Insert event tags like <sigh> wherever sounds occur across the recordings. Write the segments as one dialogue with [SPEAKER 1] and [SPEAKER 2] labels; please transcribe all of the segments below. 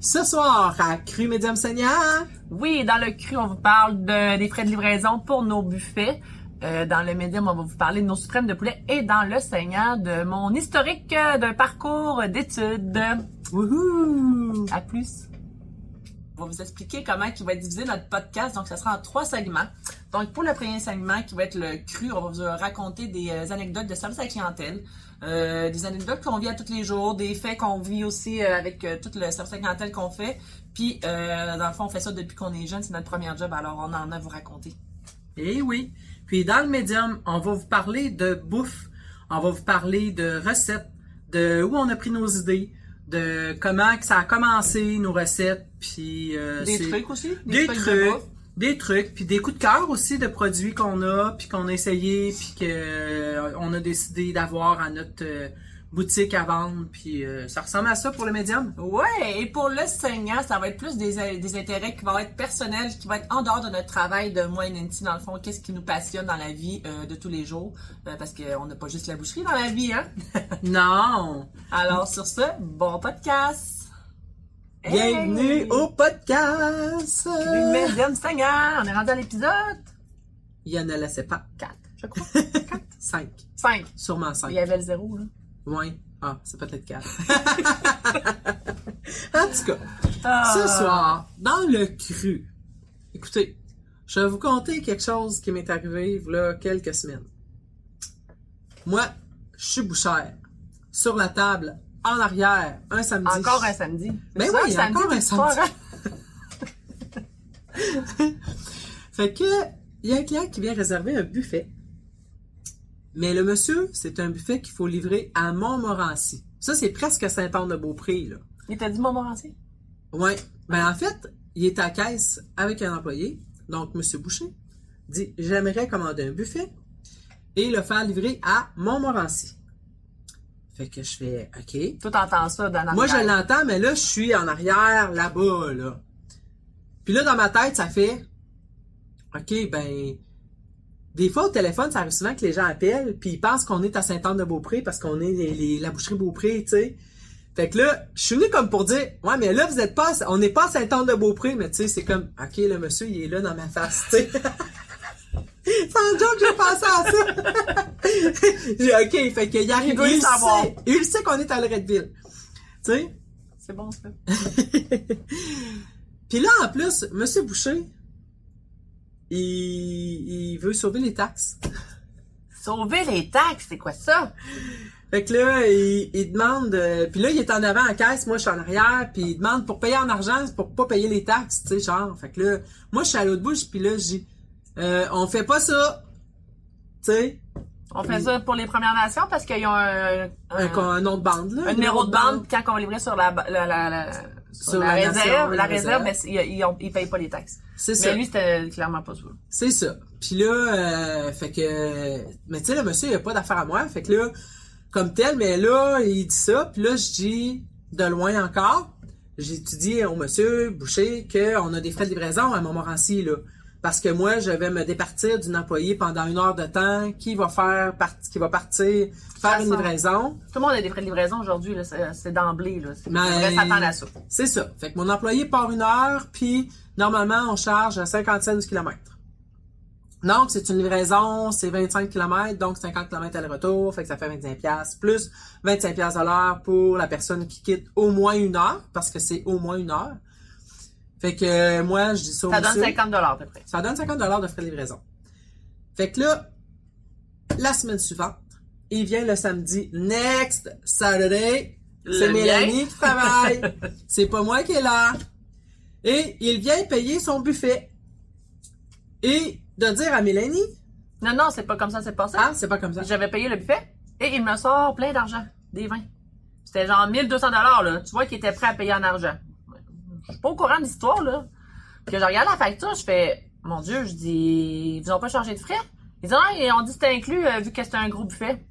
[SPEAKER 1] Ce soir, à Cru Médium Seigneur,
[SPEAKER 2] Oui, dans le cru, on vous parle de- des frais de livraison pour nos buffets. Euh, dans le médium, on va vous parler de nos suprêmes de poulet et dans le Seigneur, de mon historique euh, d'un parcours d'études.
[SPEAKER 1] wouhou!
[SPEAKER 2] À plus. On va vous expliquer comment il va être divisé notre podcast. Donc, ça sera en trois segments. Donc, pour le premier segment, qui va être le cru, on va vous raconter des euh, anecdotes de service à la clientèle, euh, des anecdotes qu'on vit à tous les jours, des faits qu'on vit aussi euh, avec euh, tout le service à la clientèle qu'on fait. Puis, euh, dans le fond, on fait ça depuis qu'on est jeune. C'est notre premier job, alors on en a à vous raconter.
[SPEAKER 1] Eh oui. Puis dans le médium, on va vous parler de bouffe, on va vous parler de recettes, de où on a pris nos idées, de comment que ça a commencé nos recettes, puis euh,
[SPEAKER 2] Des
[SPEAKER 1] c'est-
[SPEAKER 2] trucs aussi?
[SPEAKER 1] des,
[SPEAKER 2] de
[SPEAKER 1] trucs,
[SPEAKER 2] bouffe.
[SPEAKER 1] des trucs, puis des coups de cœur aussi de produits qu'on a, puis qu'on a essayé, puis que euh, on a décidé d'avoir à notre euh, boutique à vendre, puis euh, ça ressemble à ça pour le
[SPEAKER 2] <laughs>
[SPEAKER 1] médium.
[SPEAKER 2] Ouais, et pour le Seigneur, ça va être plus des, des intérêts qui vont être personnels, qui vont être en dehors de notre travail de moi et Nancy, dans le fond, qu'est-ce qui nous passionne dans la vie euh, de tous les jours, Euh, parce qu'on n'a pas juste la boucherie dans la vie, hein?
[SPEAKER 1] Non.
[SPEAKER 2] Alors sur ce, bon podcast! Hey!
[SPEAKER 1] Bienvenue au podcast.
[SPEAKER 2] Le Médium Seigneur! On est rendu à l'épisode
[SPEAKER 1] Il y en a laissé pas
[SPEAKER 2] 4,
[SPEAKER 1] <laughs>
[SPEAKER 2] je crois.
[SPEAKER 1] 5,
[SPEAKER 2] 5.
[SPEAKER 1] sûrement
[SPEAKER 2] Il
[SPEAKER 1] 5.
[SPEAKER 2] y avait le zéro, là.
[SPEAKER 1] Ouais. Ah, c'est peut-être 4. <laughs> en tout cas,
[SPEAKER 2] Ah.
[SPEAKER 1] Ce soir, dans le cru, écoutez, je vais vous conter quelque chose qui m'est arrivé il y a quelques semaines. Moi, je suis bouchère. Sur la table, en arrière, un samedi.
[SPEAKER 2] Encore un samedi.
[SPEAKER 1] Ben
[SPEAKER 2] Ça,
[SPEAKER 1] oui, encore
[SPEAKER 2] des
[SPEAKER 1] un samedi.
[SPEAKER 2] soirs, hein?
[SPEAKER 1] Fait que, il y a un client qui vient réserver un buffet. Mais le monsieur, c'est un buffet qu'il faut livrer à Montmorency. Ça, c'est presque Saint-Anne-de-Beaupré, là.
[SPEAKER 2] Il t'a dit Montmorency?
[SPEAKER 1] Ouais. Ben, en fait, il est à la caisse avec un employé, donc M. Boucher, dit J'aimerais commander un buffet et le faire livrer à Montmorency. Fait que je fais OK.
[SPEAKER 2] Toi, t'entends ça dans la
[SPEAKER 1] Moi, je l'entends, mais là, je suis en arrière, là-bas, là. Puis là, dans ma tête, ça fait OK, ben. Des fois, au téléphone, ça arrive souvent que les gens appellent, puis ils pensent qu'on est à Sainte-Anne-de-Beaupré parce qu'on est les- les- la boucherie Beaupré, tu sais. Fait que là, je suis venu comme pour dire, ouais, mais là, vous êtes pas, on n'est pas à Saint-Anne-de-Beaupré, mais tu sais, c'est comme, ok, le monsieur, il est là dans ma face, tu sais. <laughs> Sans joke, j'ai pensé à ça. <laughs> J'ai, ok, fait qu'il arrive,
[SPEAKER 2] Il doit le
[SPEAKER 1] il
[SPEAKER 2] savoir.
[SPEAKER 1] sait, il sait qu'on est à Loretteville. Tu sais?
[SPEAKER 2] C'est bon, ça.
[SPEAKER 1] Puis là, en plus, Monsieur Boucher, il, il veut sauver les taxes.
[SPEAKER 2] Sauver les taxes, c'est quoi ça?
[SPEAKER 1] Fait que là, il, il demande. euh, puis là, il est en avant en caisse, moi je suis en arrière, puis il demande pour payer en argent, c'est pour pas payer les taxes, tu sais, genre. Fait que là, moi je suis à l'autre bouche, puis là, je dis, euh, on fait pas ça, tu sais,
[SPEAKER 2] On fait ça pour les Premières Nations parce qu'ils ont un, un,
[SPEAKER 1] un, un nom de bande là,
[SPEAKER 2] Ah. un numéro de bande quand on livrait sur la, la, la, la- sur
[SPEAKER 1] Sur
[SPEAKER 2] la
[SPEAKER 1] la
[SPEAKER 2] réserve.
[SPEAKER 1] nation,
[SPEAKER 2] la,
[SPEAKER 1] la
[SPEAKER 2] réserve,
[SPEAKER 1] réserve.
[SPEAKER 2] mais c'est- ils, ils ont- ils payent pas les taxes.
[SPEAKER 1] C'est ça.
[SPEAKER 2] Mais lui, c'était clairement pas sûr.
[SPEAKER 1] C'est ça. Puis là, euh, fait que. Mais tu sais, le monsieur, il a pas d'affaire à moi. Fait que là, comme tel, mais là, il dit ça. Puis là, je dis, de loin encore, j'ai étudié au monsieur Boucher qu'on a des frais de livraison à Montmorency, là. Parce que moi, je vais me départir d'une employée pendant une heure de temps qui va faire partie, qui va partir faire une
[SPEAKER 2] façon.
[SPEAKER 1] livraison.
[SPEAKER 2] Tout le monde a des frais de livraison aujourd'hui, là, c'est c'est d'emblée. là. C'est-
[SPEAKER 1] Mais-
[SPEAKER 2] on devrait s'attendre à ça.
[SPEAKER 1] C'est ça. Fait que mon employé part une heure, puis normalement, on charge à 50 cents du kilomètre. Donc, c'est une livraison, c'est 25 km, donc 50 km aller-retour, fait que ça fait 25 pièces plus 25 pièces à l'heure pour la personne qui quitte au moins une heure, parce que c'est au moins une heure. Fait que euh, moi, je dis ça au
[SPEAKER 2] Ça donne
[SPEAKER 1] monsieur.
[SPEAKER 2] 50 à peu près.
[SPEAKER 1] Ça donne 50 de frais de livraison. Fait que là, la semaine suivante, il vient le samedi next Saturday.
[SPEAKER 2] Le
[SPEAKER 1] C'est
[SPEAKER 2] mien.
[SPEAKER 1] Mélanie qui travaille. C'est pas moi qui est là. Et il vient payer son buffet. Et de dire à Mélanie,
[SPEAKER 2] Non, non, c'est pas comme ça, c'est pas ça.
[SPEAKER 1] ah, c'est pas comme ça.
[SPEAKER 2] J'avais payé le buffet et il me sort plein d'argent, des vins. C'était genre 1200 là. Tu vois qu'il était prêt à payer en argent. Je suis pas au courant de l'histoire, là. Puis que je regarde la facture, je fais Mon Dieu, je dis Ils ont pas changé de frais? Ils disent Non, et on dit que c'était inclus euh, vu que c'était un gros buffet.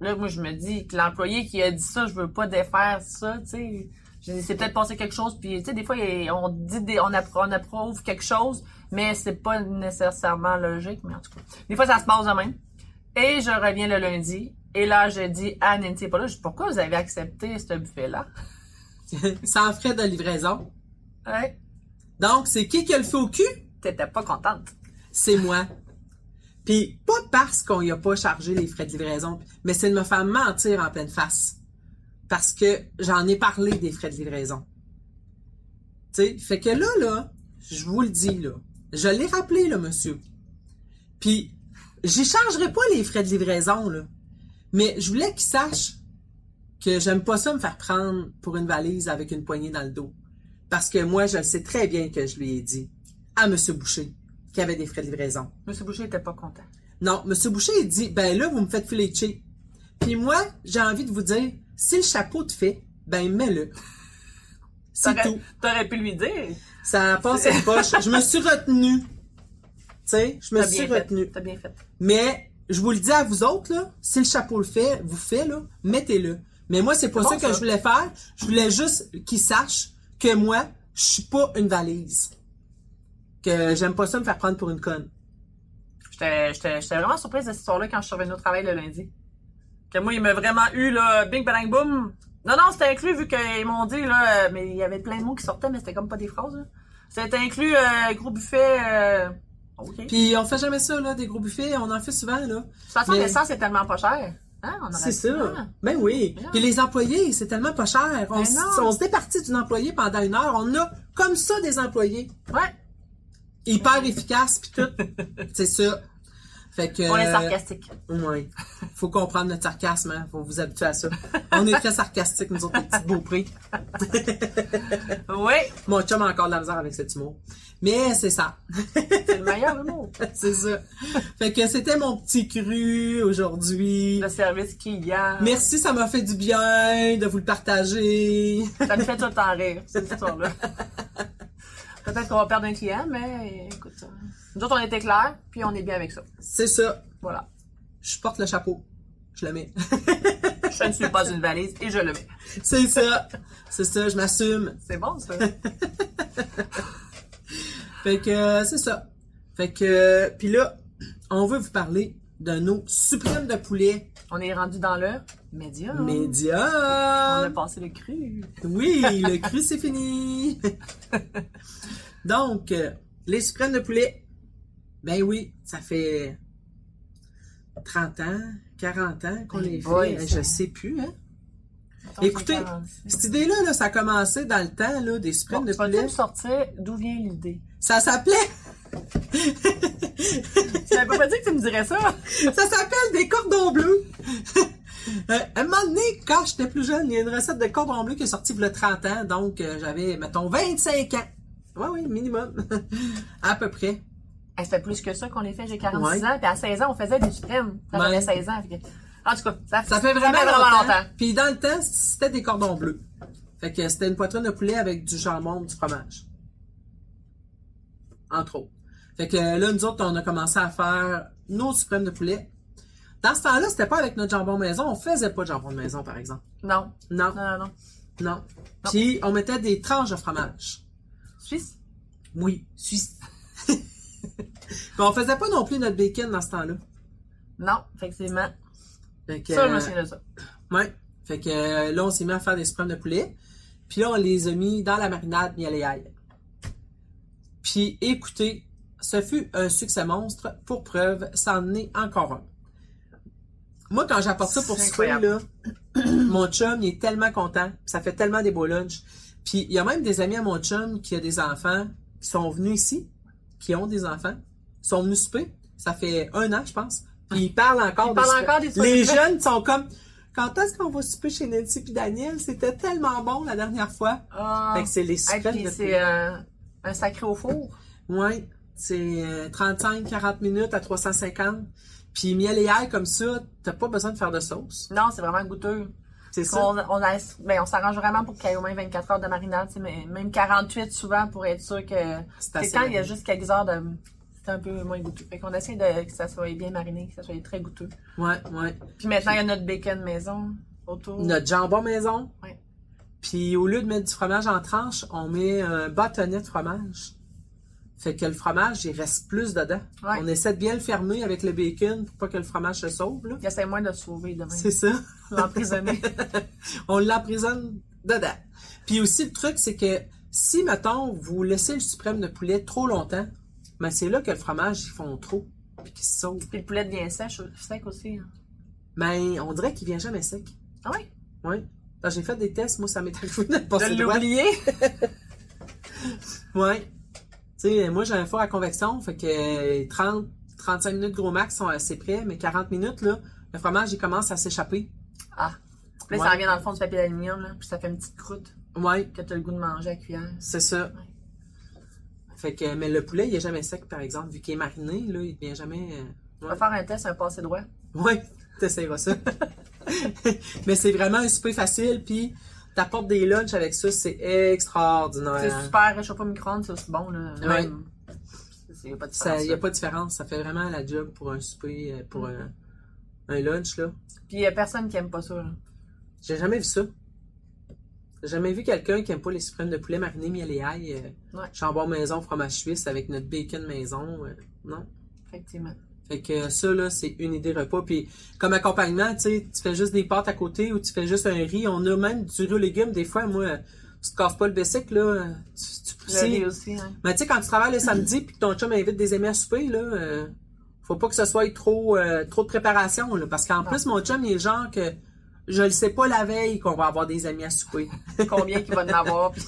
[SPEAKER 2] Là, moi, je me dis que l'employé qui a dit ça, je veux pas défaire ça, tu sais. Je dis, c'est peut-être passé quelque chose, puis tu sais, des fois, il- on dit, des- on, appro- on approuve quelque chose, mais c'est pas nécessairement logique, mais en tout cas. Des fois, ça se passe de même. Et je reviens le lundi. Et là, je dis à Nancy, pas là, je dis, pourquoi vous avez accepté ce buffet-là?
[SPEAKER 1] sans frais de livraison.
[SPEAKER 2] Ouais.
[SPEAKER 1] Donc, c'est qui qui a le feu au cul?
[SPEAKER 2] T'étais pas contente.
[SPEAKER 1] c'est moi. Puis pas parce qu'on y a pas chargé les frais de livraison, mais c'est de me faire mentir en pleine face. Parce que j'en ai parlé des frais de livraison. Tu sais, fait que là, là, je vous le dis, là, je l'ai rappelé, le monsieur. Puis, j'y chargerai pas les frais de livraison, là. Mais je voulais qu'il sache que j'aime pas ça me faire prendre pour une valise avec une poignée dans le dos. Parce que moi, je le sais très bien que je lui ai dit à monsieur Boucher qu'il y avait des frais de livraison.
[SPEAKER 2] Monsieur Boucher était pas content.
[SPEAKER 1] Non, M. Boucher, il dit, ben là, vous me faites filer cheap. Puis moi, j'ai envie de vous dire, si le chapeau te fait, ben
[SPEAKER 2] <laughs>
[SPEAKER 1] mets-le. C'est
[SPEAKER 2] T'aurais-
[SPEAKER 1] tout.
[SPEAKER 2] T'aurais pu lui dire.
[SPEAKER 1] Ça passe à poche. Je me suis retenue. Tu sais, je me
[SPEAKER 2] T'as
[SPEAKER 1] suis
[SPEAKER 2] bien fait.
[SPEAKER 1] retenue.
[SPEAKER 2] T'as bien fait.
[SPEAKER 1] Mais je vous le dis à vous autres, là, si le chapeau le fait, vous fait, là, mettez-le. Mais moi, c'est pas
[SPEAKER 2] C'est
[SPEAKER 1] ça
[SPEAKER 2] bon,
[SPEAKER 1] que
[SPEAKER 2] ça.
[SPEAKER 1] je voulais faire. Je voulais juste qu'ils sachent que moi, je suis pas une valise. Que j'aime pas ça me faire prendre pour une conne.
[SPEAKER 2] J'étais j'étais- j'étais vraiment surprise de cette histoire-là quand je suis revenue au travail le lundi. Que moi, il m'a vraiment eu, là, bing, bang, boom. Non, non, c'était inclus vu qu'ils m'ont dit, là, euh, mais il y avait plein de mots qui sortaient, mais c'était comme pas des phrases, là. C'était inclus, euh, gros buffet, euh, OK. De
[SPEAKER 1] Puis on fait jamais ça, là, des gros buffets. On en fait souvent, là.
[SPEAKER 2] toute façon,
[SPEAKER 1] mais-
[SPEAKER 2] l'essence est tellement pas chère. Hein, on aurait
[SPEAKER 1] C'est
[SPEAKER 2] dit,
[SPEAKER 1] ça.
[SPEAKER 2] hein.
[SPEAKER 1] Ben oui.
[SPEAKER 2] Bien.
[SPEAKER 1] Puis les employés, c'est tellement pas cher. On,
[SPEAKER 2] Ben
[SPEAKER 1] s-
[SPEAKER 2] non.
[SPEAKER 1] on se départit d'un employé pendant une heure. On a comme ça des employés.
[SPEAKER 2] Ouais,
[SPEAKER 1] Hyper efficaces puis tout. c'est
[SPEAKER 2] <laughs>
[SPEAKER 1] ça. Fait que.
[SPEAKER 2] on est sarcastique.
[SPEAKER 1] Oui. Faut comprendre notre sarcasme, hein. Faut vous habituer à ça. On est très sarcastiques, nous autres, les petits beauprés.
[SPEAKER 2] Oui,
[SPEAKER 1] Mon chum a encore de la misère avec cet humour. Mais c'est ça. <laughs>
[SPEAKER 2] c'est le meilleur humour.
[SPEAKER 1] c'est ça. Fait que c'était mon petit cru aujourd'hui.
[SPEAKER 2] Le service qu'il y a.
[SPEAKER 1] Merci, ça m'a fait du bien de vous le
[SPEAKER 2] <laughs>
[SPEAKER 1] partager.
[SPEAKER 2] Ça me fait tout le temps rire, cette histoire-là. Peut-être qu'on va perdre un client, mais écoute. euh, Nous autres, on était clairs, puis on est bien avec ça.
[SPEAKER 1] C'est ça.
[SPEAKER 2] Voilà.
[SPEAKER 1] je porte le chapeau. Je le mets. <laughs>
[SPEAKER 2] Je ne suis pas une valise et je le mets.
[SPEAKER 1] C'est ça. C'est ça, je m'assume.
[SPEAKER 2] C'est bon, ça.
[SPEAKER 1] Fait que euh, c'est ça. Fait que euh, puis là, on veut vous parler d'un eau suprême de poulet
[SPEAKER 2] On est rendu dans le média. Oh. On a
[SPEAKER 1] média.
[SPEAKER 2] passé le cru.
[SPEAKER 1] Oui, le
[SPEAKER 2] <laughs>
[SPEAKER 1] cru c'est fini. <laughs> Donc euh, les suprêmes de poulet. Ben oui, ça fait 30 ans, 40 ans qu'on
[SPEAKER 2] Hey
[SPEAKER 1] les
[SPEAKER 2] boy,
[SPEAKER 1] fait.
[SPEAKER 2] ça-
[SPEAKER 1] Je sais plus, hein. Écoutez, Cette idée-là, là, ça a commencé dans le temps, là, des
[SPEAKER 2] Bon,
[SPEAKER 1] suprêmes
[SPEAKER 2] tu
[SPEAKER 1] de
[SPEAKER 2] vas-tu
[SPEAKER 1] poulet.
[SPEAKER 2] me sortir d'où vient l'idée?
[SPEAKER 1] Ça s'appelait <laughs>
[SPEAKER 2] Tu n'avais pas dit que tu me dirais ça?
[SPEAKER 1] Ça s'appelle des cordons bleus. <laughs> Euh, à un moment donné, quand j'étais plus jeune, il y a une recette de cordon bleu qui est sortie il y a 30 ans. Donc, euh, j'avais, mettons, 25 ans. Oui, oui, minimum. <laughs> à peu près.
[SPEAKER 2] Hey, ça fait plus que ça qu'on les fait. J'ai 46
[SPEAKER 1] Ouais.
[SPEAKER 2] ans, puis à 16 ans, on faisait des suprêmes. Quand
[SPEAKER 1] Ouais.
[SPEAKER 2] j'avais 16 ans. fait que- En tout cas, ça,
[SPEAKER 1] Ça fait vraiment, longtemps. Puis dans le temps, c'était des cordons bleus. Fait que c'était une poitrine de poulet avec du jambon, du fromage. Entre autres. Fait que euh, là, nous autres, on a commencé à faire nos suprêmes de poulet. Dans ce temps-là, c'était pas avec notre jambon maison. On faisait pas de jambon de maison, par exemple.
[SPEAKER 2] Non,
[SPEAKER 1] Non.
[SPEAKER 2] non, non, non.
[SPEAKER 1] Non. Puis on mettait des tranches de fromage.
[SPEAKER 2] Suisse?
[SPEAKER 1] Oui, suisse. <laughs> Puis on faisait pas non plus notre bacon dans ce temps-là.
[SPEAKER 2] Non, effectivement.
[SPEAKER 1] Fait que,
[SPEAKER 2] Ça, je me souviens de ça.
[SPEAKER 1] euh, ouais. Fait que euh, là, on s'est mis à faire des suprêmes de poulet. Puis là, on les a mis dans la marinade miel et ail. Puis écoutez, ce fut un succès monstre. Pour preuve, ça en est encore un. Moi, quand j'apporte ça pour
[SPEAKER 2] C'est
[SPEAKER 1] souper, là, <clears throat> mon chum, il est tellement content. Ça fait tellement des beaux lunchs. Puis il y a même des amis à mon chum qui a des enfants, qui sont venus ici, qui ont des enfants, sont venus souper. Ça fait un an, je pense. Puis ils parlent encore
[SPEAKER 2] Ils
[SPEAKER 1] de
[SPEAKER 2] parlent
[SPEAKER 1] souper.
[SPEAKER 2] encore des soirées <laughs>
[SPEAKER 1] Les
[SPEAKER 2] de
[SPEAKER 1] jeunes sont comme, quand est-ce qu'on va souper chez Nancy puis Daniel? C'était tellement bon la dernière fois.
[SPEAKER 2] Ah.
[SPEAKER 1] Fait que c'est les
[SPEAKER 2] Hey,
[SPEAKER 1] suprêmes
[SPEAKER 2] puis
[SPEAKER 1] de
[SPEAKER 2] c'est euh, un sacré au four.
[SPEAKER 1] Ouais, c'est euh, 35-40 minutes à 350. Puis miel et ail comme ça, t'as pas besoin de faire de sauce.
[SPEAKER 2] Non, c'est vraiment goûteux.
[SPEAKER 1] C'est ça.
[SPEAKER 2] On, on, a- ben, on s'arrange vraiment pour qu'il y ait au moins 24 heures de marinade, tu sais, mais même 48 souvent pour être sûr que.
[SPEAKER 1] C'est
[SPEAKER 2] C'est
[SPEAKER 1] assez
[SPEAKER 2] quand il y a
[SPEAKER 1] bon.
[SPEAKER 2] juste quelques heures de. C'est un peu moins goûteux. Fait qu'on essaie de, que ça soit bien mariné, que ça soit très goûteux.
[SPEAKER 1] Ouais, ouais.
[SPEAKER 2] Puis maintenant, il y a notre bacon maison autour.
[SPEAKER 1] Notre jambon maison.
[SPEAKER 2] Ouais.
[SPEAKER 1] Puis au lieu de mettre du fromage en tranche, on met un bâtonnet de fromage. Fait que le fromage, il reste plus dedans.
[SPEAKER 2] Ouais.
[SPEAKER 1] On essaie de bien le fermer avec le bacon pour pas que le fromage se sauve. là.
[SPEAKER 2] Il essaie moins de le sauver demain.
[SPEAKER 1] C'est ça.
[SPEAKER 2] L'emprisonner.
[SPEAKER 1] On l'emprisonne dedans. Puis aussi, le truc, c'est que si, mettons, vous laissez le suprême de poulet trop longtemps, ben c'est là que le fromage, ils font trop, puis qu'ils se sauvent.
[SPEAKER 2] <laughs> Puis le poulet devient sèche, sec aussi. hein.
[SPEAKER 1] Mais on dirait qu'il vient jamais sec.
[SPEAKER 2] Ah oui?
[SPEAKER 1] Oui. Quand j'ai fait des tests, moi, ça m'est arrivé de passer
[SPEAKER 2] De
[SPEAKER 1] le doigt.
[SPEAKER 2] l'oublier.
[SPEAKER 1] Ouais. Tu sais, moi, j'ai un four à convection, fait que 30, 35 minutes gros max sont assez près, mais 40 minutes, là, le fromage, il commence à s'échapper.
[SPEAKER 2] Ah. Puis là,
[SPEAKER 1] Ouais.
[SPEAKER 2] ça revient dans le fond du papier d'aluminium, là. Puis ça fait une petite croûte
[SPEAKER 1] Ouais,
[SPEAKER 2] que t'as le goût de manger à cuillère.
[SPEAKER 1] c'est ça.
[SPEAKER 2] Ouais.
[SPEAKER 1] Fait que, mais le poulet, il est jamais sec, par exemple, vu qu'il est mariné, là, il devient jamais. euh,
[SPEAKER 2] On
[SPEAKER 1] ouais.
[SPEAKER 2] va faire un test, un passé droit.
[SPEAKER 1] Ouais, <laughs> t'essayeras ça. Mais c'est vraiment un super facile, puis t'apportes des lunchs avec ça, c'est
[SPEAKER 2] C'est
[SPEAKER 1] extraordinaire.
[SPEAKER 2] super réchauffe au micro-ondes, c'est aussi bon, là.
[SPEAKER 1] hein. Ouais.
[SPEAKER 2] Même- c'est- y a pas de
[SPEAKER 1] Il n'y a
[SPEAKER 2] différence.
[SPEAKER 1] pas de différence, ça fait vraiment la job pour un souper, euh, pour
[SPEAKER 2] Mm.
[SPEAKER 1] un, un lunch, là.
[SPEAKER 2] Puis y a personne qui aime pas ça, là.
[SPEAKER 1] J'ai jamais vu ça. J'ai jamais vu quelqu'un qui aime pas les suprêmes de poulet mariné, miel et ail, euh,
[SPEAKER 2] Ouais.
[SPEAKER 1] jambon maison, fromage suisse avec notre bacon maison. euh, non.
[SPEAKER 2] Effectivement.
[SPEAKER 1] Fait que ça, là, c'est une idée repas. Puis comme accompagnement, tu sais, tu fais juste des pâtes à côté ou tu fais juste un riz. On a même du riz aux légumes. Des fois, moi, tu te coffres pas le bessic, là. Tu, tu
[SPEAKER 2] Le
[SPEAKER 1] pousses.
[SPEAKER 2] lait aussi, hein.
[SPEAKER 1] Mais tu sais, quand tu travailles le samedi puis que ton chum invite des amis à souper, là, euh, faut pas que ce soit trop, euh, trop de préparation, là. Parce qu'en
[SPEAKER 2] Non.
[SPEAKER 1] plus, mon chum, il est le genre que je le sais pas la veille qu'on va avoir des amis à souper.
[SPEAKER 2] Combien qu'il va en
[SPEAKER 1] <laughs>
[SPEAKER 2] avoir. puis-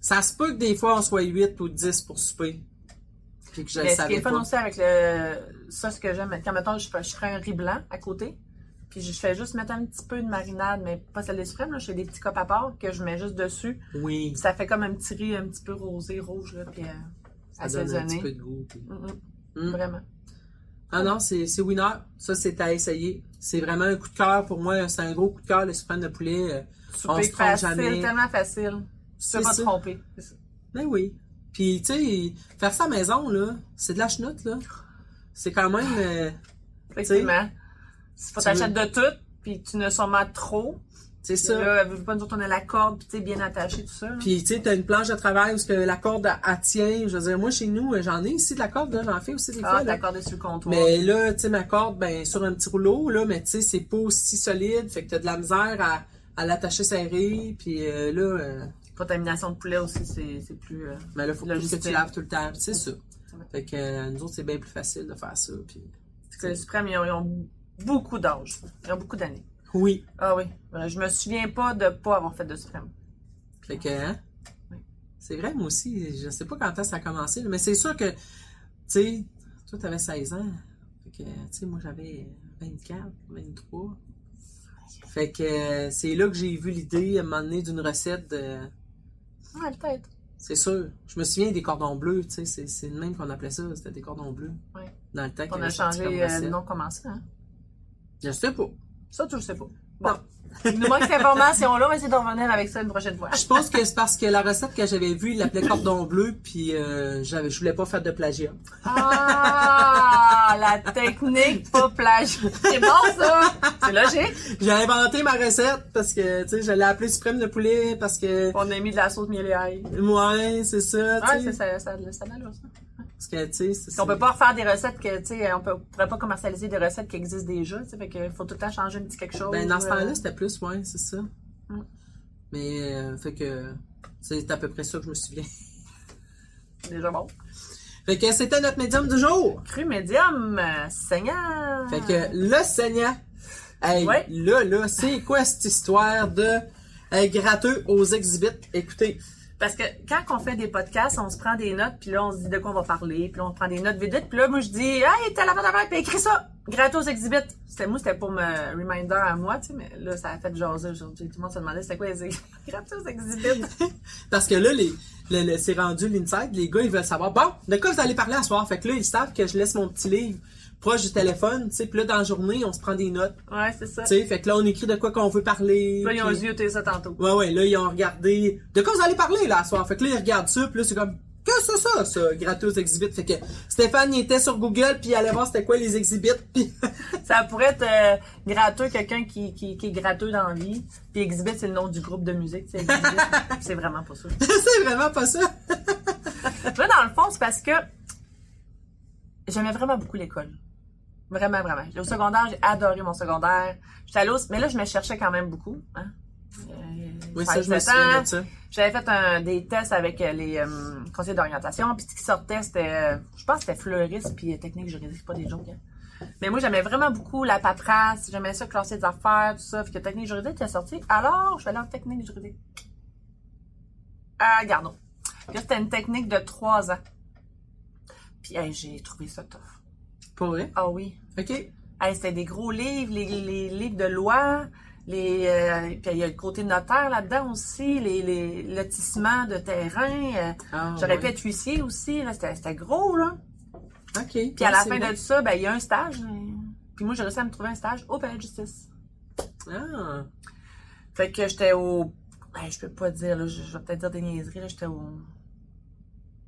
[SPEAKER 1] Ça se peut que des fois, on soit 8 ou 10 pour souper. Puis que je le
[SPEAKER 2] Mais ce qui est
[SPEAKER 1] savais
[SPEAKER 2] fun
[SPEAKER 1] pas.
[SPEAKER 2] aussi avec le. Ça, ce que j'aime, quand mettons, je, fais- je ferai un riz blanc à côté, puis je fais juste mettre un petit peu de marinade, mais pas celle des suprêmes, là. Je fais des petits copes à part que je mets juste dessus.
[SPEAKER 1] Oui.
[SPEAKER 2] Puis ça fait comme un petit riz un petit peu rosé, rouge, là, puis euh,
[SPEAKER 1] Ça donne un petit
[SPEAKER 2] assaisonné.
[SPEAKER 1] peu de goût. puis-
[SPEAKER 2] Mm, mm.
[SPEAKER 1] Mm.
[SPEAKER 2] Vraiment.
[SPEAKER 1] Ah non, c'est c'est winner. Ça, c'est à essayer. C'est vraiment un coup de cœur pour moi. C'est un gros coup de cœur, le suprême de poulet. euh, On
[SPEAKER 2] Souper
[SPEAKER 1] se trompe
[SPEAKER 2] facile,
[SPEAKER 1] jamais.
[SPEAKER 2] tellement facile. Tu
[SPEAKER 1] C'est
[SPEAKER 2] peux pas te
[SPEAKER 1] ça.
[SPEAKER 2] tromper.
[SPEAKER 1] Ben oui. Puis, tu sais, faire ça à maison, là, c'est de la chenoute, là. C'est quand même... euh,
[SPEAKER 2] Effectivement. Si faut
[SPEAKER 1] tu
[SPEAKER 2] t'achètes de tout, puis tu ne sûrement trop.
[SPEAKER 1] c'est
[SPEAKER 2] Puis
[SPEAKER 1] ça.
[SPEAKER 2] Là, veux veux pas nous autres, on a la corde, puis tu sais, bien attaché, tout ça. là. Ah,
[SPEAKER 1] Puis, tu sais, t'as une planche de travail où ce que la corde, elle tient. Je veux dire, moi, chez nous, euh, j'en ai ici de la corde, là. J'en fais aussi des
[SPEAKER 2] ah,
[SPEAKER 1] fois,
[SPEAKER 2] t'as
[SPEAKER 1] là.
[SPEAKER 2] accordé sur le comptoir.
[SPEAKER 1] Mais là, tu sais, ma corde, ben, sur un petit rouleau, là, mais tu sais, c'est pas aussi solide. Fait que t'as de la misère à, à l'attacher serré. Puis euh, là, euh,
[SPEAKER 2] Contamination de poulet aussi, c'est c'est plus. euh,
[SPEAKER 1] Mais là, faut plus que
[SPEAKER 2] Logistique.
[SPEAKER 1] tu laves tout le temps. puis C'est ça.
[SPEAKER 2] Ouais.
[SPEAKER 1] Fait que euh, nous autres, c'est bien plus facile de faire ça. Puis...
[SPEAKER 2] parce que les suprêmes, ils ont, ils ont beaucoup d'âge. Ils ont beaucoup d'années.
[SPEAKER 1] Oui.
[SPEAKER 2] Ah oui. Euh, Je me souviens pas de pas avoir fait de suprême.
[SPEAKER 1] Fait que, hein?
[SPEAKER 2] Ouais.
[SPEAKER 1] C'est vrai, moi aussi, je sais pas quand est-ce que ça a commencé, là, mais c'est sûr que, tu sais, toi, t'avais 16 ans. Fait que, tu sais, moi, j'avais 24, 23. Fait que euh, c'est là que j'ai vu l'idée à un moment donné d'une recette de.
[SPEAKER 2] Ah, peut-être.
[SPEAKER 1] C'est sûr. Je me souviens des cordons bleus, tu sais, c'est- c'est le même qu'on appelait ça, c'était des cordons bleus.
[SPEAKER 2] Ouais.
[SPEAKER 1] Dans le temps qu'il
[SPEAKER 2] On
[SPEAKER 1] y
[SPEAKER 2] a
[SPEAKER 1] avait sorti comme
[SPEAKER 2] changé euh, le
[SPEAKER 1] recette.
[SPEAKER 2] nom commencé, hein?
[SPEAKER 1] Je sais pas.
[SPEAKER 2] Ça, tu le sais pas. Bon.
[SPEAKER 1] Non.
[SPEAKER 2] Il nous manque cette information-là. On va essayer d'en revenir avec ça une prochaine fois.
[SPEAKER 1] Je pense que c'est parce que la recette que j'avais vue, il l'appelait cordon bleu, puis euh, j'avais, je voulais pas faire de plagiat.
[SPEAKER 2] Ah, la technique pas plage. C'est bon, ça. C'est logique.
[SPEAKER 1] J'ai inventé ma recette parce que, tu sais, je l'ai appelée suprême de poulet parce que,
[SPEAKER 2] On a mis de la sauce miel et ail.
[SPEAKER 1] ouais, c'est ça, tu
[SPEAKER 2] Ouais,
[SPEAKER 1] sais.
[SPEAKER 2] c'est ça, ça, ça, ça, là, ça.
[SPEAKER 1] Parce que, tu sais, c'est
[SPEAKER 2] Puis on peut pas refaire des recettes que, tu sais, on peut- on pourrait pas commercialiser des recettes qui existent déjà, tu sais, fait qu'il faut tout le temps changer un petit quelque chose.
[SPEAKER 1] Ben, dans ce
[SPEAKER 2] euh,
[SPEAKER 1] temps-là, c'était plus, ouais, c'est ça.
[SPEAKER 2] Mm.
[SPEAKER 1] Mais, euh, fait que, c'est à peu près ça que je me souviens.
[SPEAKER 2] Déjà bon.
[SPEAKER 1] Fait que c'était notre médium du jour.
[SPEAKER 2] Cru médium, euh, Seigneur.
[SPEAKER 1] Fait que le Seigneur, hey,
[SPEAKER 2] Ah. Ouais.
[SPEAKER 1] là, là, c'est quoi cette histoire de euh, gratteux aux exhibits? Écoutez,
[SPEAKER 2] Parce que quand on fait des podcasts, on se prend des notes, puis là, on se dit de quoi on va parler, puis là, on prend des notes vite, vite, puis là, moi, je dis, hey, t'as la fin d'affaires, puis écris ça, gratos exhibit. C'était moi, c'était pour me reminder à moi, tu sais, mais là, ça a fait jaser aujourd'hui. Tout le monde se demandait c'était quoi les ex- <laughs> gratos exhibit.
[SPEAKER 1] Parce que là, les, le- le- c'est rendu l'inside, les gars, ils veulent savoir, bon, de quoi vous allez parler à soir? Fait que là, ils savent que je laisse mon petit livre proche du téléphone, tu sais, puis là, dans la journée, on se prend des notes,
[SPEAKER 2] Ouais, c'est ça.
[SPEAKER 1] tu sais, fait que là, on écrit de quoi qu'on veut parler.
[SPEAKER 2] Là, ils ont
[SPEAKER 1] puis-
[SPEAKER 2] zioté ça tantôt.
[SPEAKER 1] Ouais, ouais, là, ils ont regardé, de quoi vous allez parler, là, à soir? Fait que là, ils regardent ça, puis là, c'est comme, que c'est ça, ça, gratos exhibit? Fait que Stéphane, il était sur Google, puis il allait voir c'était quoi les exhibits, <laughs> puis...
[SPEAKER 2] Ça pourrait être euh, gratteux, quelqu'un qui, qui, qui est gratteux dans la vie. Puis Exhibit, c'est le nom du groupe de musique. tu sais,
[SPEAKER 1] <laughs>
[SPEAKER 2] Exhibit. c'est vraiment pas ça.
[SPEAKER 1] c'est vraiment pas ça.
[SPEAKER 2] <laughs> Moi, dans le fond, c'est parce que j'aimais vraiment beaucoup l'école. Vraiment, vraiment. Au secondaire, j'ai adoré mon secondaire. J'étais allée au- Mais là, je me cherchais quand même beaucoup. hein. Euh,
[SPEAKER 1] Oui, ça, je me
[SPEAKER 2] 16-17
[SPEAKER 1] souviens
[SPEAKER 2] ans.
[SPEAKER 1] de ça.
[SPEAKER 2] J'avais fait un- des tests avec euh, les euh, conseillers d'orientation, puis ce qui sortait, c'était, euh, je pense que c'était fleuriste, puis euh, technique juridique, c'est pas des jokes. hein. Mais moi, j'aimais vraiment beaucoup la paperasse, j'aimais ça classer des affaires, tout ça, puis que technique juridique était sortie. Alors, je suis allée en technique juridique. À Garneau. Puis Là, c'était une technique de trois ans. Puis, hey, j'ai trouvé ça tough.
[SPEAKER 1] Pour vrai?
[SPEAKER 2] Ah oui.
[SPEAKER 1] OK.
[SPEAKER 2] Hey, c'était des gros livres, les, les livres de loi, les, euh, puis il y a le côté notaire là-dedans aussi, les, les lotissements de terrain. euh,
[SPEAKER 1] Ah,
[SPEAKER 2] J'aurais pu
[SPEAKER 1] ouais.
[SPEAKER 2] être huissier aussi, là, c'était c'était gros. là.
[SPEAKER 1] OK.
[SPEAKER 2] Puis à la fin de tout ça, ben, il y a un stage. euh, Puis moi, j'ai réussi à me trouver un stage au palais de justice.
[SPEAKER 1] Ah,
[SPEAKER 2] Fait que j'étais au. ben, je peux pas dire, là, je, je vais peut-être dire des niaiseries, là, j'étais au.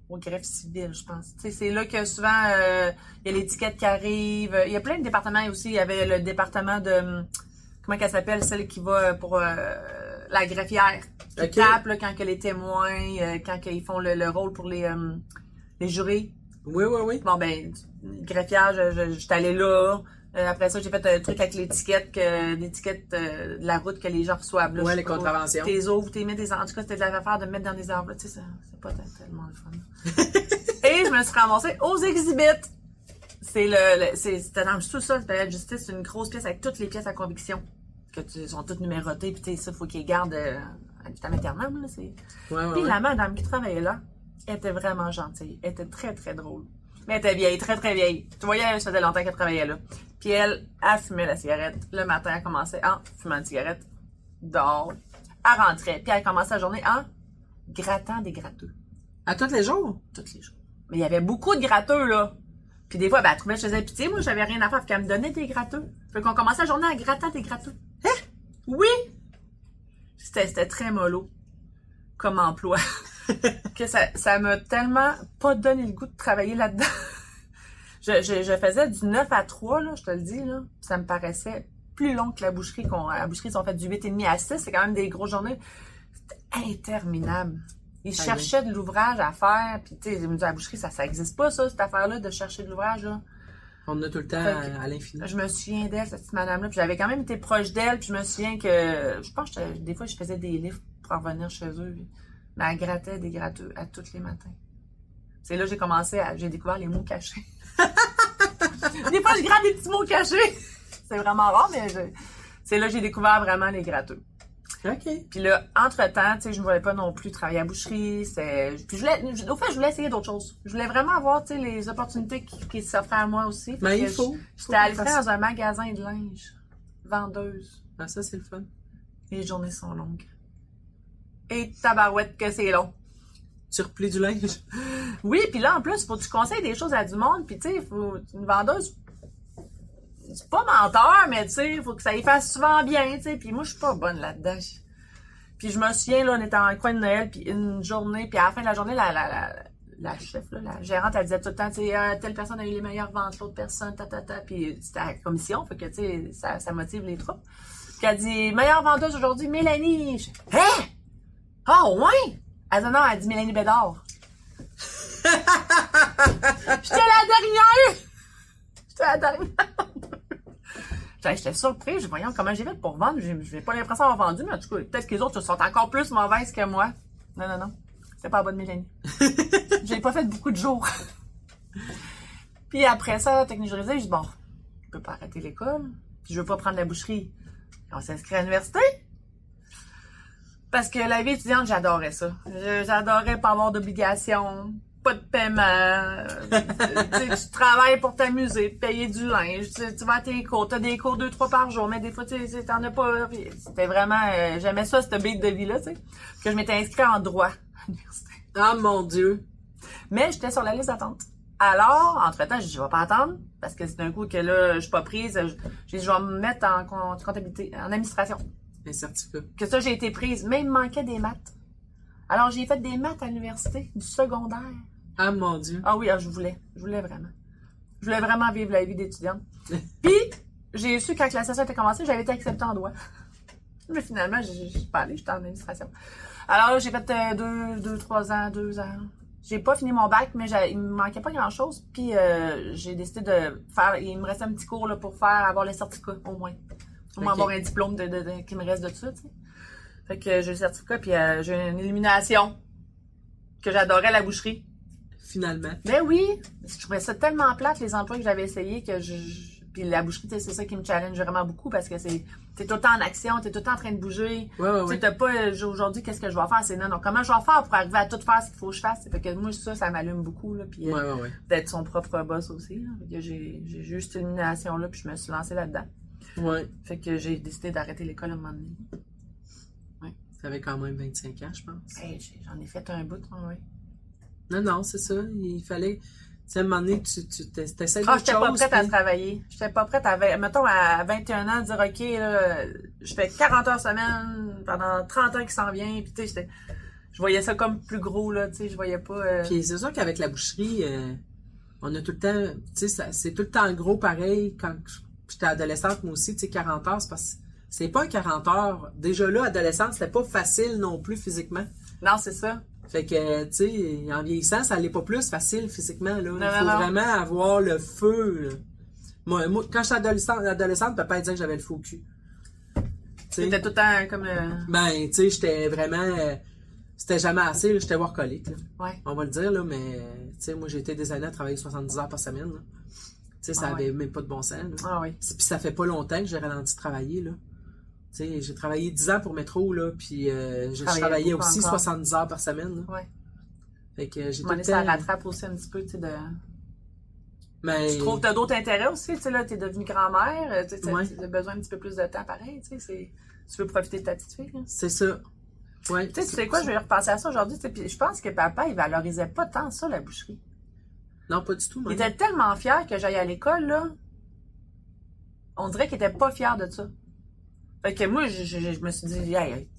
[SPEAKER 2] Au greffe civil, je pense. Tu sais, c'est là que souvent, euh, il y a l'étiquette qui arrive. Il y a plein de départements aussi. Il y avait le département de. hum, Comment qu'elle s'appelle, celle qui va pour euh, la greffière. Qui
[SPEAKER 1] OK.
[SPEAKER 2] tape, là, quand que les témoins, euh, quand qu'ils font le, le rôle pour les, hum, les jurés.
[SPEAKER 1] Oui, oui, oui.
[SPEAKER 2] Bon, ben, du- greffière, je, je, j'étais allée là. Euh, après ça, j'ai fait un truc avec l'étiquette, que, l'étiquette euh, de la route que les gens reçoivent. Là,
[SPEAKER 1] Ouais,
[SPEAKER 2] Je
[SPEAKER 1] les
[SPEAKER 2] sais pas.
[SPEAKER 1] contraventions.
[SPEAKER 2] Tes ouvres, tes mets, tes En tout cas, c'était de la affaire de mettre dans des arbres. Tu sais, ça- c'est pas tellement le fun. Et je me suis ramassée aux exhibits. C'est le, le- c'est, c'était dans le sous-sol de la justice, c'est une grosse pièce avec toutes les pièces à conviction. Que tu, sont toutes numérotées, puis tu sais, ça, faut qu'ils gardent euh, à vitam aeternam, là, c'est...
[SPEAKER 1] Ouais, ouais, Ah
[SPEAKER 2] Puis
[SPEAKER 1] ouais.
[SPEAKER 2] la madame qui travaillait là, elle était vraiment gentille. Elle était très, très drôle. Mais elle était vieille, très, très vieille. Tu voyais, elle, ça faisait longtemps qu'elle travaillait là. Puis elle, elle fumait la cigarette. Le matin, elle commençait en fumant une cigarette. Dehors. Elle rentrait. Puis elle commençait la journée en grattant des gratteux.
[SPEAKER 1] À tous les jours?
[SPEAKER 2] Tous les jours. Mais il y avait beaucoup de gratteux, là. Puis des fois, ben, elle trouvait que je faisais pitié. Moi, j'avais rien à faire. Puis qu'elle me donnait des gratteux. Fait qu'on commençait la journée en grattant des gratteux. Hein? Oui! C'était c'était très mollo
[SPEAKER 1] <laughs>
[SPEAKER 2] comme emploi. que ça, ça m'a tellement pas donné le goût de travailler là-dedans. <laughs> je, je- je faisais du 9 à 3, là, je te le dis, là. Ça me paraissait plus long que la boucherie. qu'on- à la boucherie, ils ont fait du 8,5 à 6. C'est quand même des grosses journées. C'était interminable.
[SPEAKER 1] Ah
[SPEAKER 2] Ils
[SPEAKER 1] oui.
[SPEAKER 2] cherchaient de l'ouvrage à faire. Puis, tu sais, ils me disaient, à la boucherie, ça, ça existe pas, ça, cette affaire-là, de chercher de l'ouvrage, là.
[SPEAKER 1] On en a tout le temps
[SPEAKER 2] Fait que-
[SPEAKER 1] à, à l'infini.
[SPEAKER 2] Je me souviens d'elle, cette petite madame-là. Puis j'avais quand même été proche d'elle. Puis je me souviens que. Je pense que j'étais- des fois, je faisais des livres pour revenir chez eux. puis- Mais elle grattait des gratteux à tous les matins. C'est là que j'ai commencé à. J'ai découvert les mots cachés. <laughs> des fois, je gratte des petits mots cachés. C'est vraiment rare, mais je- c'est là que j'ai découvert vraiment les gratteux.
[SPEAKER 1] OK.
[SPEAKER 2] Puis là, entre-temps, tu sais, je ne voulais pas non plus travailler à boucherie. c'est- Puis je voulais, je- au fait, je voulais essayer d'autres choses. Je voulais vraiment avoir, tu sais, les opportunités qui, qui s'offraient à moi aussi.
[SPEAKER 1] Mais
[SPEAKER 2] Fait
[SPEAKER 1] Ben, il
[SPEAKER 2] que
[SPEAKER 1] faut.
[SPEAKER 2] J'étais allée faire dans un magasin de linge, vendeuse.
[SPEAKER 1] Ah, ça, c'est le fun.
[SPEAKER 2] Les journées sont longues. Et tabarouette que c'est long.
[SPEAKER 1] Tu replies du linge. <laughs>
[SPEAKER 2] Oui, puis là, en plus, faut que tu conseilles des choses à du monde. Puis, tu sais, faut- une vendeuse, c'est pas menteur, mais tu sais, faut que ça y fasse souvent bien, tu sais. Puis moi, je suis pas bonne là-dedans. Je- Puis je me souviens, là, on était en coin de Noël, puis une journée, puis à la fin de la journée, la, la, la, la chef, là, la gérante, elle disait tout le temps, tu sais, Ah, telle personne a eu les meilleures ventes, l'autre personne, ta, ta, ta. Puis c'était à la commission, fait que, tu sais, ça, ça motive les troupes. Puis elle dit, meilleure vendeuse aujourd'hui, Mélanie. Je, hein? Oh, ouais! Elle dit, non, elle dit Mélanie Bédard. J'étais la dernière! J'étais la dernière! J'étais- J'étais surprise, je voyais comment j'ai fait pour vendre. J'ai j'ai pas l'impression d'avoir vendu, mais en tout cas, peut-être que les autres sont encore plus mauvaises que moi. Non, non, non. C'était pas la bonne Mélanie. j'ai pas fait beaucoup de jours. Puis après ça, technique juridique, je dis bon, je peux pas arrêter l'école. Puis je veux pas prendre la boucherie. On s'inscrit à l'université. Parce que la vie étudiante, j'adorais ça. Je- J'adorais pas avoir d'obligation, pas de paiement. Euh, tu, sais, tu travailles pour t'amuser, te payer du linge. Tu, tu vas à tes cours, t'as des cours deux, trois par jour, mais des fois, tu sais, t'en as pas. Puis C'était vraiment. euh, J'aimais ça, cette bête de vie-là, tu sais. Que je m'étais inscrite en droit à l'université.
[SPEAKER 1] Ah, mon Dieu.
[SPEAKER 2] Mais j'étais sur la liste d'attente. Alors, entre-temps, je dis, je vais pas attendre, parce que c'est d'un coup que là, je suis pas prise. Je- J'ai dit, je vais me mettre en com- comptabilité, en administration.
[SPEAKER 1] Un certificat.
[SPEAKER 2] Que ça, j'ai été prise. Mais il me manquait des maths. Alors, j'ai fait des maths à l'université, du secondaire.
[SPEAKER 1] Ah, mon Dieu.
[SPEAKER 2] Ah oui, ah, je voulais. Je voulais vraiment. Je voulais vraiment vivre la vie d'étudiante. <laughs> Puis, j'ai su quand que la session était commencée, j'avais été acceptée en droit. <laughs> Mais finalement, je je suis pas allée, j'étais en administration. Alors, j'ai fait euh, deux, deux, trois ans, deux ans. J'ai pas fini mon bac, mais j'a- il me manquait pas grand-chose. Puis, euh, j'ai décidé de faire... Il me restait un petit cours là, pour faire avoir le certificat, au moins. Au moins
[SPEAKER 1] Ok.
[SPEAKER 2] avoir un diplôme de, de- de- qui me reste de tout ça, tu sais. Fait que j'ai le certificat, puis euh, j'ai une illumination que j'adorais à la boucherie.
[SPEAKER 1] finalement.
[SPEAKER 2] Ben oui, je trouvais ça tellement plate, les emplois que j'avais essayé que je... je- Puis la boucherie, tu sais, c'est ça qui me challenge vraiment beaucoup parce que c'est... T'es tout le temps en action, t'es tout le temps en train de bouger.
[SPEAKER 1] Ouais, ouais,
[SPEAKER 2] Tu sais,
[SPEAKER 1] ouais.
[SPEAKER 2] t'as pas... euh, j'ai- Aujourd'hui, qu'est-ce que je vais faire? C'est non, non. Comment je vais faire pour arriver à tout faire ce qu'il faut que je fasse? Fait que moi, ça, ça m'allume beaucoup, là. Puis euh,
[SPEAKER 1] Ouais, ouais, ouais.
[SPEAKER 2] d'être son propre boss aussi, là. Fait que j'ai j'ai juste cette illumination-là, puis je me suis lancée là-dedans.
[SPEAKER 1] Ouais.
[SPEAKER 2] Fait que j'ai décidé d'arrêter l'école à un moment donné.
[SPEAKER 1] T'avais quand même 25 ans, je pense.
[SPEAKER 2] Hey, j'ai- J'en ai fait un bout, hein, ouais.
[SPEAKER 1] Non, non, c'est ça. Il fallait. Tu sais, à un moment donné, tu, tu t'es- t'essayes
[SPEAKER 2] Ah,
[SPEAKER 1] d'autres
[SPEAKER 2] j'étais pas
[SPEAKER 1] choses,
[SPEAKER 2] prête à
[SPEAKER 1] puis-
[SPEAKER 2] travailler. J'étais pas prête à, vingt- mettons, à 21 ans, dire, OK, là, je fais 40 heures semaine pendant 30 ans qui s'en vient. Puis, tu sais, j'étais- je voyais ça comme plus gros, là, tu sais, je voyais pas. euh,
[SPEAKER 1] Puis c'est sûr qu'avec la boucherie, euh, on a tout le temps, tu sais, ça- c'est tout le temps gros pareil quand j- j'étais adolescente, moi aussi, tu sais, 40 heures, c'est parce que c'est pas un 40 heures. Déjà là, adolescente, c'était pas facile non plus physiquement.
[SPEAKER 2] Non, c'est ça.
[SPEAKER 1] Fait que, tu sais, en vieillissant, ça l'est pas plus facile physiquement, là. Il
[SPEAKER 2] non,
[SPEAKER 1] faut
[SPEAKER 2] non.
[SPEAKER 1] vraiment avoir le feu, là. Moi, moi, quand j'étais adolescente, adolescente, papa il disait que j'avais le faux cul. Tu sais,
[SPEAKER 2] C'était tout le temps comme. euh,
[SPEAKER 1] ben, tu sais, j'étais vraiment... euh, C'était jamais assez, là, j'étais workaholic, là.
[SPEAKER 2] Ouais.
[SPEAKER 1] On va le dire, là, mais tu sais, moi, j'ai été des années à travailler 70 heures par semaine. là. Tu sais, ça
[SPEAKER 2] Ah ouais.
[SPEAKER 1] avait même pas de bon sens. là.
[SPEAKER 2] Ah oui.
[SPEAKER 1] Puis ça fait pas longtemps que j'ai ralenti de travailler. Là. Tu sais, j'ai travaillé 10 ans pour Métro, là, puis euh, j'ai
[SPEAKER 2] Travaillais
[SPEAKER 1] travaillé
[SPEAKER 2] beaucoup
[SPEAKER 1] aussi
[SPEAKER 2] encore.
[SPEAKER 1] 70 heures par semaine. Là.
[SPEAKER 2] Ouais.
[SPEAKER 1] Fait que euh, j'ai tout
[SPEAKER 2] Mon
[SPEAKER 1] le
[SPEAKER 2] ça
[SPEAKER 1] temps...
[SPEAKER 2] rattrape aussi un petit peu, tu sais, de.
[SPEAKER 1] Mais...
[SPEAKER 2] Tu trouves, t'as d'autres intérêts aussi, tu sais, là, t'es devenue grand-mère, euh, tu sais, t'as
[SPEAKER 1] Ouais.
[SPEAKER 2] t'as besoin un petit peu plus de temps pareil, tu sais, c'est- tu veux profiter de ta petite fille, là.
[SPEAKER 1] C'est ça. Ouais.
[SPEAKER 2] Tu sais, tu sais quoi, je vais repenser à ça aujourd'hui, tu sais, puis je pense que papa, il valorisait pas tant ça, la boucherie.
[SPEAKER 1] Non, pas du tout.
[SPEAKER 2] Il
[SPEAKER 1] moi.
[SPEAKER 2] était tellement fier que j'aille à l'école, là. On dirait qu'il était pas fier de ça. Fait que moi, je, je- je me suis dit, Hey, hey.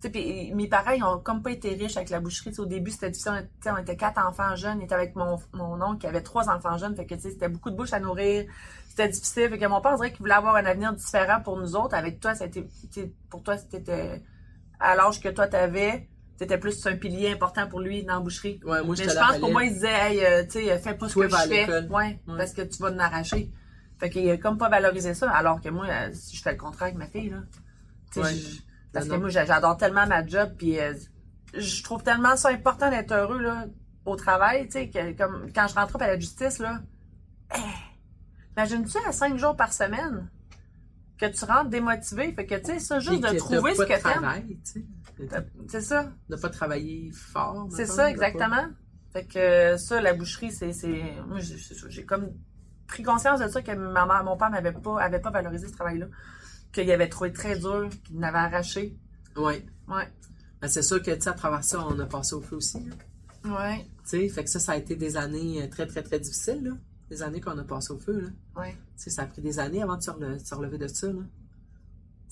[SPEAKER 2] Tu sais, puis mes parents, ils ont comme pas été riches avec la boucherie. Tu sais, au début, c'était difficile. On, tu sais, on était quatre enfants jeunes. Il était avec mon, mon oncle qui avait trois enfants jeunes. Fait que, tu sais, c'était beaucoup de bouches à nourrir. C'était difficile. Fait que mon père, on dirait qu'il voulait avoir un avenir différent pour nous autres. Avec toi, c'était, tu sais, pour toi, c'était à l'âge que toi t'avais, t'étais plus un pilier important pour lui dans la boucherie.
[SPEAKER 1] Ouais, moi,
[SPEAKER 2] Mais
[SPEAKER 1] j'étais
[SPEAKER 2] je
[SPEAKER 1] la
[SPEAKER 2] pense qu'au
[SPEAKER 1] relève.
[SPEAKER 2] moins, il disait, hey, euh, tu sais, fais pas ce
[SPEAKER 1] Toi,
[SPEAKER 2] que je
[SPEAKER 1] va à
[SPEAKER 2] fais.
[SPEAKER 1] l'école.
[SPEAKER 2] Ouais, parce que tu vas en arracher. Fait qu'il a comme pas valorisé ça, alors que moi, euh, si je fais le contraire avec ma fille, là. Tu sais,
[SPEAKER 1] Ouais.
[SPEAKER 2] je- Parce
[SPEAKER 1] Non,
[SPEAKER 2] que
[SPEAKER 1] non.
[SPEAKER 2] moi, j'a- j'adore tellement ma job, puis euh, je trouve tellement ça important d'être heureux, là, au travail, tu sais, que comme quand je rentre à la justice, là. hey, Imagine-tu à cinq jours par semaine que tu rentres démotivé? Fait que, tu sais, ça, juste
[SPEAKER 1] Puis que
[SPEAKER 2] de
[SPEAKER 1] t'as
[SPEAKER 2] trouver ce
[SPEAKER 1] pas
[SPEAKER 2] que
[SPEAKER 1] de
[SPEAKER 2] t'aimes.
[SPEAKER 1] travail, tu sais.
[SPEAKER 2] C'est ça.
[SPEAKER 1] De pas travailler fort.
[SPEAKER 2] C'est
[SPEAKER 1] mettons,
[SPEAKER 2] ça,
[SPEAKER 1] de pas-
[SPEAKER 2] exactement. Fait que euh, ça, la boucherie, c'est. c'est- Moi, j'ai- j'ai j'ai comme pris conscience de ça que ma mère, mon père m'avait pas, avait pas valorisé ce travail-là. Qu'il avait trouvé très dur, qu'il l'avait arraché.
[SPEAKER 1] Ouais.
[SPEAKER 2] Ouais.
[SPEAKER 1] Ben, c'est sûr que, tu sais, à travers ça, on a passé au feu aussi. là.
[SPEAKER 2] Ouais.
[SPEAKER 1] Tu sais, fait que ça, ça a été des années euh, très, très, très difficiles, là. Des années qu'on a passées au feu, là.
[SPEAKER 2] Ouais.
[SPEAKER 1] Tu sais, ça a pris des années avant de se, rele- de se relever de ça, là. Tu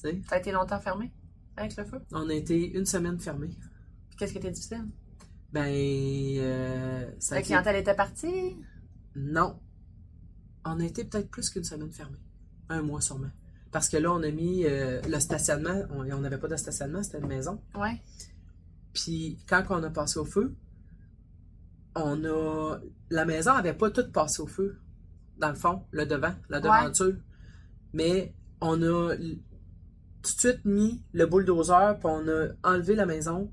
[SPEAKER 1] sais,
[SPEAKER 2] T'as été longtemps fermé avec le feu.
[SPEAKER 1] on a été une semaine fermée.
[SPEAKER 2] Puis qu'est-ce qui était difficile?
[SPEAKER 1] Ben, euh, ça a
[SPEAKER 2] La
[SPEAKER 1] été-
[SPEAKER 2] clientèle était partie.
[SPEAKER 1] Non. On a été peut-être plus qu'une semaine fermée. Un mois sûrement. Parce que là, on a mis euh, le stationnement. On on n'avait pas de stationnement, c'était une maison.
[SPEAKER 2] Ouais.
[SPEAKER 1] Puis quand on a passé au feu, on a la maison avait pas toute passé au feu. Dans le fond, le devant, la devanture. Mais on a l- tout de suite mis le bulldozer puis on a enlevé la maison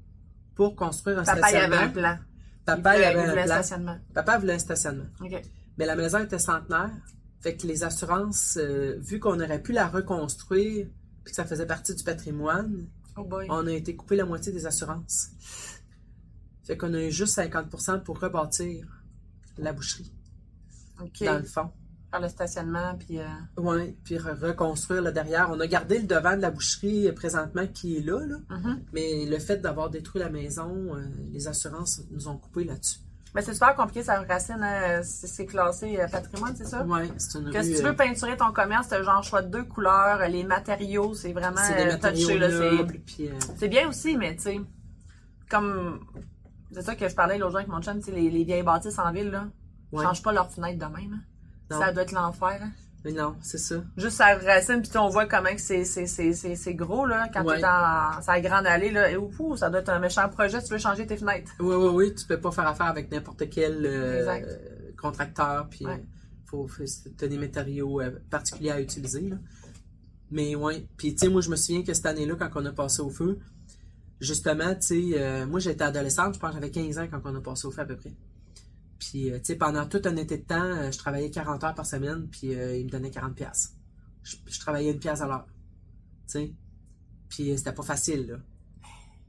[SPEAKER 1] pour construire un
[SPEAKER 2] Papa, il avait
[SPEAKER 1] stationnement.
[SPEAKER 2] un plan.
[SPEAKER 1] Papa il
[SPEAKER 2] voulait-
[SPEAKER 1] avait
[SPEAKER 2] voulait
[SPEAKER 1] un plan.
[SPEAKER 2] stationnement.
[SPEAKER 1] Papa voulait un stationnement.
[SPEAKER 2] OK.
[SPEAKER 1] Mais la maison était centenaire. Fait que les assurances, euh, vu qu'on aurait pu la reconstruire, puis que ça faisait partie du patrimoine,
[SPEAKER 2] Oh boy.
[SPEAKER 1] on a été coupé la moitié des assurances. Fait qu'on a eu juste 50 pour rebâtir la boucherie,
[SPEAKER 2] OK.
[SPEAKER 1] dans le fond.
[SPEAKER 2] Faire le stationnement, puis. euh,
[SPEAKER 1] Oui, puis re- reconstruire le derrière. On a gardé le devant de la boucherie euh, présentement qui est là, là.
[SPEAKER 2] mhm.
[SPEAKER 1] mais le fait d'avoir détruit la maison, euh, les assurances nous ont coupé là-dessus.
[SPEAKER 2] Mais c'est super compliqué, ça racine, hein, c'est c'est classé euh, patrimoine, c'est ça?
[SPEAKER 1] Oui, c'est une
[SPEAKER 2] Que si
[SPEAKER 1] rue,
[SPEAKER 2] tu
[SPEAKER 1] euh,
[SPEAKER 2] veux peinturer ton commerce, t'as genre choix de deux couleurs, les matériaux, c'est vraiment
[SPEAKER 1] c'est des
[SPEAKER 2] euh,
[SPEAKER 1] matériaux
[SPEAKER 2] touché, là,
[SPEAKER 1] nobles,
[SPEAKER 2] c'est-
[SPEAKER 1] puis euh,
[SPEAKER 2] C'est bien aussi, mais tu sais, comme c'est ça que je parlais l'autre jour avec mon chum, tu sais, les, les vieilles bâtisses en ville, là,
[SPEAKER 1] Ouais.
[SPEAKER 2] changent pas leurs fenêtres de même. hein.
[SPEAKER 1] Non.
[SPEAKER 2] Ça doit être l'enfer. hein.
[SPEAKER 1] mais non, c'est ça.
[SPEAKER 2] Juste ça racine, puis tu sais, on voit comment que c'est, c'est, c'est, c'est, c'est gros, là, quand
[SPEAKER 1] Ouais.
[SPEAKER 2] t'es dans sa grande allée, là, et ouf, ouf, ça doit être un méchant projet, tu veux changer tes fenêtres.
[SPEAKER 1] Oui, oui, oui, tu peux pas faire affaire avec n'importe quel euh,
[SPEAKER 2] Exact.
[SPEAKER 1] euh, contracteur, puis
[SPEAKER 2] Ouais.
[SPEAKER 1] euh, faut, faut- c'est- t'as des matériaux euh, particuliers à utiliser. là. Mais ouais. Puis, tu sais, moi, je me souviens que cette année-là, quand on a passé au feu, justement, tu sais, euh, moi, j'étais adolescente, je pense que j'avais 15 ans quand on a passé au feu à peu près. Puis, euh, tu sais, pendant tout un été de temps, euh, je travaillais 40 heures par semaine, puis euh, ils me donnaient 40 pièces. Je, je travaillais une pièce à l'heure. Tu sais. Puis, euh, c'était pas facile, là.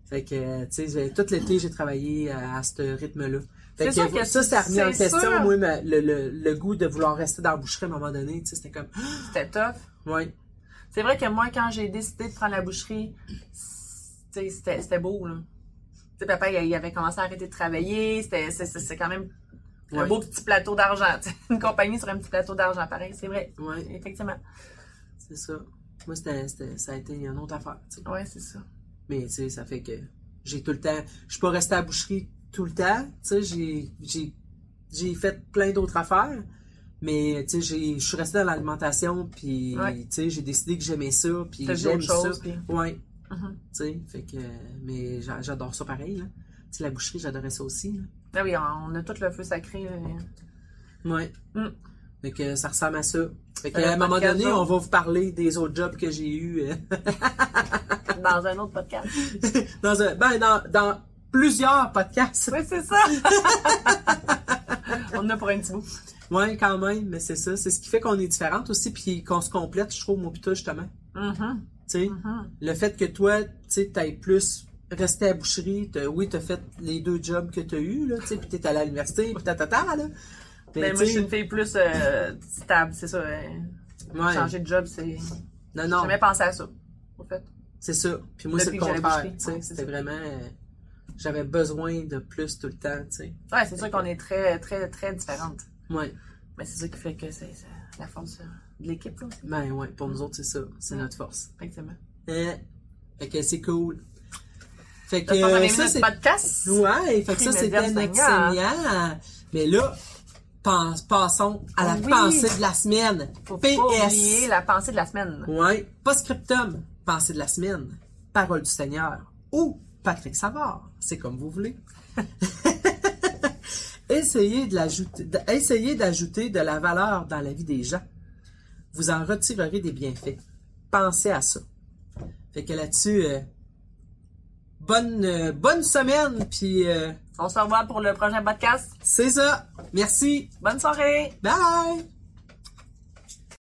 [SPEAKER 1] Fait que, euh, tu sais, j'ai- tout l'été, j'ai travaillé à, à ce rythme-là. Fait
[SPEAKER 2] C'est
[SPEAKER 1] que,
[SPEAKER 2] sûr que
[SPEAKER 1] ça, ça a remis en
[SPEAKER 2] c'est
[SPEAKER 1] question,
[SPEAKER 2] sûr.
[SPEAKER 1] moi, ma- le, le- le goût de vouloir rester dans la boucherie à un moment donné. Tu sais, c'était comme,
[SPEAKER 2] C'était tough.
[SPEAKER 1] ouais,
[SPEAKER 2] C'est vrai que moi, quand j'ai décidé de prendre la boucherie, c'est- c'était c'était beau, là. Tu sais, papa, il il avait commencé à arrêter de travailler. C'était c'est- c'est- c'est quand même un
[SPEAKER 1] Ouais.
[SPEAKER 2] beau petit plateau d'argent. tu sais. <laughs> Une compagnie sur un petit plateau d'argent, pareil. C'est vrai,
[SPEAKER 1] ouais,
[SPEAKER 2] effectivement.
[SPEAKER 1] c'est ça. Moi, c'était, c'était- ça a été une autre affaire, tu sais.
[SPEAKER 2] Ouais, c'est ça.
[SPEAKER 1] Mais tu sais, ça fait que j'ai tout le temps. Je suis pas restée à la boucherie tout le temps. Tu sais, j'ai- j'ai j'ai fait plein d'autres affaires. Mais tu sais, j'ai- je suis restée dans l'alimentation, puis
[SPEAKER 2] Ouais.
[SPEAKER 1] tu sais, j'ai décidé que j'aimais ça, puis
[SPEAKER 2] T'as vu
[SPEAKER 1] j'aime
[SPEAKER 2] autre
[SPEAKER 1] ça.
[SPEAKER 2] chose, puis-
[SPEAKER 1] Ouais.
[SPEAKER 2] Mhm.
[SPEAKER 1] Tu sais, fait que. Mais j'a- j'adore ça pareil, là. Tu sais, la boucherie, j'adorais ça aussi, là.
[SPEAKER 2] Ah oui, on a tout le feu sacré. euh, là.
[SPEAKER 1] Ouais.
[SPEAKER 2] Mm.
[SPEAKER 1] Fait que ça ressemble à ça. Fait que,
[SPEAKER 2] Euh,
[SPEAKER 1] à un moment
[SPEAKER 2] podcast,
[SPEAKER 1] donné,
[SPEAKER 2] genre.
[SPEAKER 1] on va vous parler des autres jobs que j'ai eus. euh, <laughs>
[SPEAKER 2] Dans un autre podcast. <laughs>
[SPEAKER 1] dans, un- ben, dans, dans plusieurs podcasts.
[SPEAKER 2] Oui, c'est ça! <laughs> on en a pour un petit bout.
[SPEAKER 1] Ouais, quand même, mais c'est ça. C'est ce qui fait qu'on est différentes aussi, puis qu'on se complète, je trouve, moi, pis toi, justement.
[SPEAKER 2] Mhm,
[SPEAKER 1] Tu sais,
[SPEAKER 2] mhm.
[SPEAKER 1] le fait que toi, tu sais, t'ailles plus resté à la boucherie, t'as- oui, t'as fait les deux jobs que t'as eu, là, tu sais, pis t'es allé à l'université, pis tatata, là.
[SPEAKER 2] Ben, moi,
[SPEAKER 1] tu
[SPEAKER 2] je suis
[SPEAKER 1] sais,
[SPEAKER 2] une fille plus euh, stable, c'est ça. euh,
[SPEAKER 1] ouais. Euh,
[SPEAKER 2] Changer de job, c'est.
[SPEAKER 1] Non,
[SPEAKER 2] J'ai
[SPEAKER 1] non,
[SPEAKER 2] jamais pensé à ça, au fait.
[SPEAKER 1] c'est ça. Puis moi, c'est
[SPEAKER 2] Depuis
[SPEAKER 1] le
[SPEAKER 2] que j'allais à la
[SPEAKER 1] contraire,
[SPEAKER 2] boucherie.
[SPEAKER 1] tu sais.
[SPEAKER 2] Ouais, c'est
[SPEAKER 1] C'était
[SPEAKER 2] ça.
[SPEAKER 1] vraiment... euh, J'avais besoin de plus tout le temps, tu sais.
[SPEAKER 2] Ouais, c'est sûr qu'on est très, très, très différentes.
[SPEAKER 1] Ouais.
[SPEAKER 2] Mais c'est ça qui fait que c'est c'est la force euh, de l'équipe, là, aussi,
[SPEAKER 1] Ben, ouais, pour nous autres, c'est ça. C'est
[SPEAKER 2] Mm.
[SPEAKER 1] notre force.
[SPEAKER 2] effectivement.
[SPEAKER 1] Eh. Fait que c'est cool. Fait que
[SPEAKER 2] Je pense qu'on a
[SPEAKER 1] euh,
[SPEAKER 2] mis
[SPEAKER 1] ça,
[SPEAKER 2] notre
[SPEAKER 1] c'est
[SPEAKER 2] podcast.
[SPEAKER 1] Ouais, fait que ça,
[SPEAKER 2] Crime
[SPEAKER 1] c'était
[SPEAKER 2] adverse,
[SPEAKER 1] excellent. Mais là, pense- passons à la
[SPEAKER 2] Oui.
[SPEAKER 1] pensée de la semaine.
[SPEAKER 2] Faut pas oublier
[SPEAKER 1] PS.
[SPEAKER 2] la pensée de la semaine.
[SPEAKER 1] Ouais. Pas scriptum. Pensée de la semaine. Parole du Seigneur. Ou Patrick Savard. C'est comme vous voulez. <laughs> essayez, de l'ajouter- d- essayez d'ajouter de la valeur dans la vie des gens. Vous en retirerez des bienfaits. Pensez à ça. Fait que là-dessus, euh, bonne, euh, bonne semaine, puis... euh,
[SPEAKER 2] On se revoit pour le prochain podcast.
[SPEAKER 1] c'est ça. Merci.
[SPEAKER 2] Bonne soirée!
[SPEAKER 1] Bye.